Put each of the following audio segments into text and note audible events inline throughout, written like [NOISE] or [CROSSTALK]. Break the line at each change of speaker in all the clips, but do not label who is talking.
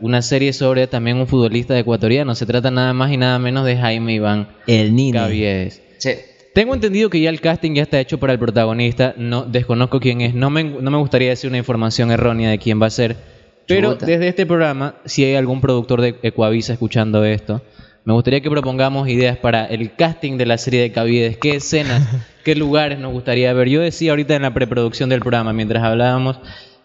una serie sobre también un futbolista ecuatoriano. Se trata nada más y nada menos de Jaime Iván
El Nino.
Caviedes.
Sí.
Tengo entendido que ya el casting ya está hecho para el protagonista. No desconozco quién es. No me, no me gustaría decir una información errónea de quién va a ser. Pero
Chuta.
desde este programa, si hay algún productor de Ecuavisa escuchando esto, me gustaría que propongamos ideas para el casting de la serie de Caviedes. ¿Qué
[LAUGHS]
escenas, qué lugares nos gustaría ver? Yo decía ahorita en la preproducción del programa, mientras hablábamos,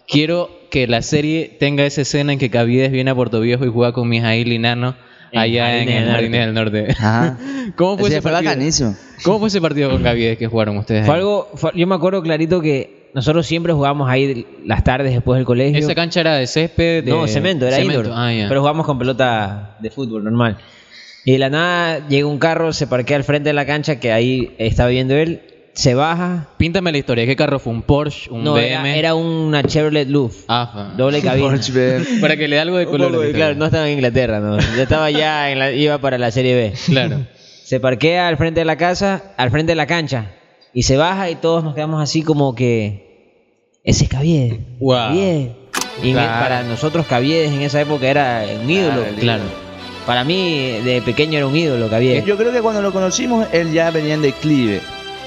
quiero que la serie tenga esa escena en que Caviedes viene a Puerto Viejo y juega con Mijail y Nano
En
allá en,
Marines
el
del
Marines del Norte.
Ajá.
[LAUGHS] ¿Cómo fue
Ese
ese
fue
partido?
bacanísimo.
¿Cómo fue ese partido con Caviedes que jugaron ustedes?
Fue
ahí?
algo, fue- yo me acuerdo clarito que nosotros siempre jugábamos ahí las tardes después del colegio.
Esa cancha era de césped. de-
No, cemento, era indoor.
Ah, ya.
Pero jugamos con pelota de fútbol normal. Y de la nada llega un carro, se parquea al frente de la cancha que ahí está viviendo él, se baja.
Píntame la historia. ¿Qué carro fue? ¿Un Porsche? ¿Un
no, era,
BM?
era una Chevrolet Loof,
Ah, fa- [LAUGHS]
doble cabina.
Porsche, ve.
Para que le dé algo de
Un
color.
poco,
a este la
claro, no
historia.
estaba en Inglaterra, no. Yo estaba ya, en la- iba para la Serie B.
Claro.
Se parquea al frente de la casa, al frente de la cancha. Y se baja y todos nos quedamos así como que. Ese es Caviedes.
Wow.
Caviedes". Y en-
Claro.
para nosotros Caviedes en esa época era un ídolo.
el
Claro.
Para mí de pequeño era un ídolo Caviedes.
Yo creo que cuando lo conocimos, él ya venía en declive.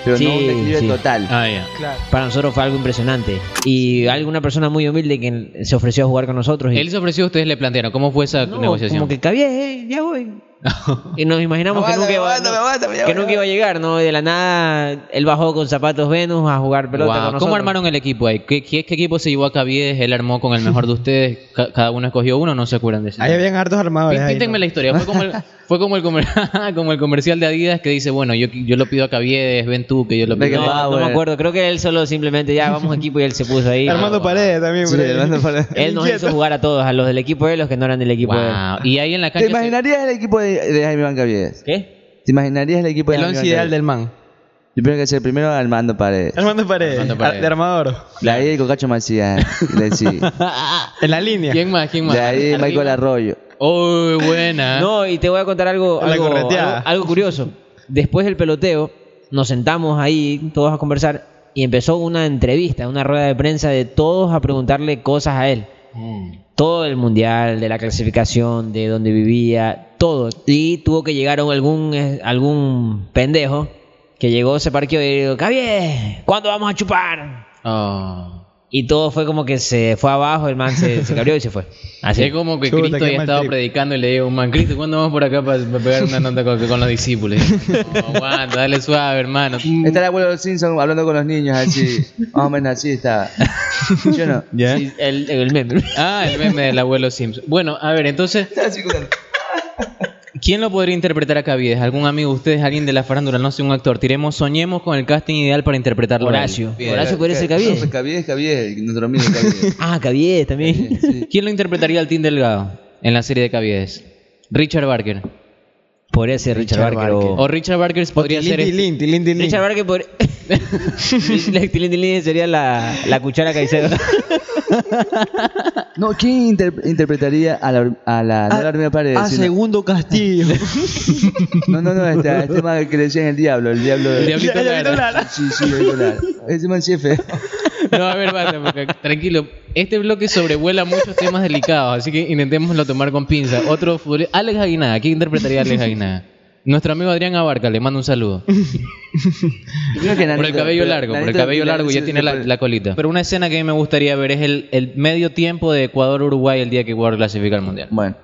Pero no
Sí,
un declive
sí.
total.
Ah, ya.
Para nosotros fue algo impresionante. Y alguna persona muy humilde que se ofreció a jugar con nosotros. Y,
Él se ofreció, ustedes le plantearon. ¿Cómo fue esa
No,
negociación?
como que Caviedes, eh, ya voy.
[LAUGHS]
Y nos imaginamos que
Aguántame,
nunca, iba,
aguántame, aguántame, ya
que
voy,
nunca
ya
iba a llegar, ¿no? De la nada, él bajó con zapatos Venus a jugar pelota
Guau,
con nosotros.
¿Cómo armaron el equipo ahí? ¿Qué, qué, qué equipo se llevó a Caviedes? ¿Él armó con el mejor de ustedes? Ca- ¿Cada uno escogió uno? ¿No se acuerdan de eso?
Ahí habían hartos armadores.
Pí-
ahí,
Píntenme
¿no?
la historia. Fue
[LAUGHS]
como el, fue como el, comer- [LAUGHS] como el comercial de Adidas que dice, bueno, yo, yo lo pido a Caviedes, ven tú, que yo lo
Venga,
pido.
No,
Ah,
no
bueno.
me acuerdo, creo que él solo simplemente ya vamos equipo y él se puso ahí.
Armando Paredes también.
Sí,
por ahí.
Armando [LAUGHS] Paredes.
Él nos hizo jugar a todos, a los del equipo de él, los que no eran del equipo de él.
Guau. Y ahí en la
¿Te
cancha... se-
imaginarías el equipo de, de Jaime Iván Caviedes?
¿Qué?
¿Te imaginarías el equipo de
El
Jaime Iván
once ideal
Caviedes?
del man.
Yo pienso que es el primero Armando Paredes.
Armando Paredes.
Armando Paredes.
ar- De armador.
De ahí el Cocacho [LAUGHS] Macías. de- sí.
En la línea.
¿Quién más? ¿Quién más?
De ahí
Arriba.
Michael Arroyo.
¡Oh, buena!
No, y te voy a contar algo,
La
algo, algo,
correteada.
algo curioso. Después del peloteo, nos sentamos ahí todos a conversar y empezó una entrevista, una rueda de prensa de todos a preguntarle cosas a él. Todo el mundial, de la clasificación, de dónde vivía, todo. Y tuvo que llegar algún, eh, algún pendejo que llegó, se parqueó y dijo, Javier, ¿cuándo vamos a chupar?
Oh.
Y todo fue como que se fue abajo, el man [LAUGHS] se, se cabrió y se fue.
Así
Así.
es como que
Chuta,
Cristo
qué
ya
mal
estaba
trip.
predicando y le digo, man, Cristo, ¿cuándo vamos por acá para pegar una nota con, con los
[LAUGHS]
discípulos? No, aguanta, dale suave, hermano.
Está el abuelo de los Simpson hablando con los niños [LAUGHS] así. Más o menos así estaba. Yo [LAUGHS] no.
Ya.
Sí, el, el meme.
Ah, el meme del abuelo Simpson. Bueno, a ver, entonces,
Así con-
¿quién lo podría interpretar a Caviedes? ¿Algún amigo de ustedes? ¿Alguien de la farándula? No sé, un actor. Tiremos, soñemos con el casting ideal para interpretarlo. a él.
Horacio. Horacio podría ser Caviedes.
Caviedes, Caviedes. Nuestro amigo Caviedes.
[LAUGHS] Ah, Caviedes también.
¿Quién lo interpretaría al Team Delgado en la serie de Caviedes? Richard Barker.
Podría ser Richard,
Richard
Barker. o-
O Richard Barker podría ser...
Lindy
este-
Lin, Lindy Lin.
Richard Barker [LAUGHS] podría... La Tilín Tilín sería la, la cuchara Caicedo.
[LAUGHS] No, ¿quién inter- interpretaría a la, a la, no a la Armina Paredes?
A
sino-
Ah, segundo Castillo.
No, no, no, este, a este man que le decían el diablo, el diablo.
El Diablito
Ya, ya vino
Lara.
Lara.
Sí, sí, el diablo. Lara. Ese man sí es feo.
este. No, a ver, basta, porque- tranquilo. Este bloque sobrevuela muchos temas delicados, así que intentémoslo tomar con pinza. Otro futbolista. Alex Aguinaga, ¿quién interpretaría a Alex Aguinaga? Nuestro amigo Adrián Abarca, le mando un saludo.
Yo creo
Por
que
el
Nanito-
cabello
pero
largo, por el
Nanito
cabello
Pilar-
largo, ya
sí,
tiene
sí,
la,
por-
la colita. Pero una escena que a mí me gustaría ver es el, el medio tiempo de Ecuador-Uruguay el día que Ecuador clasifica al Mundial.
Bueno,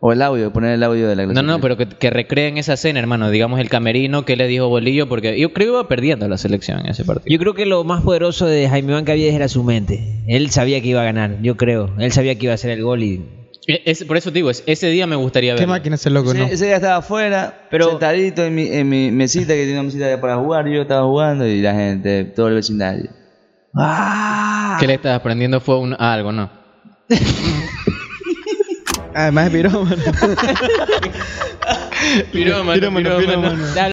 o el audio, poner el audio de la
No, no, pero que, que recreen esa escena, hermano. Digamos el camerino que le dijo Bolillo, porque yo creo que iba perdiendo la selección en ese partido.
Yo creo que lo más poderoso de Jaime Van Caviedes era su mente. Él sabía que iba a ganar, yo creo. Él sabía que iba a hacer el gol y...
E- ese- por eso te digo, es- ese día me gustaría
Qué
ver.
máquina ese loco,
Sí,
¿no?
Ese día estaba afuera,
Pero-
sentadito en mi, en mi mesita, que tenía una mesita para jugar, yo estaba jugando y la gente, todo el vecindario.
¿Qué le estabas prendiendo fue un, a algo, no?
Además es Ah, pirómano.
Pirómano, pirómano.
pirómano.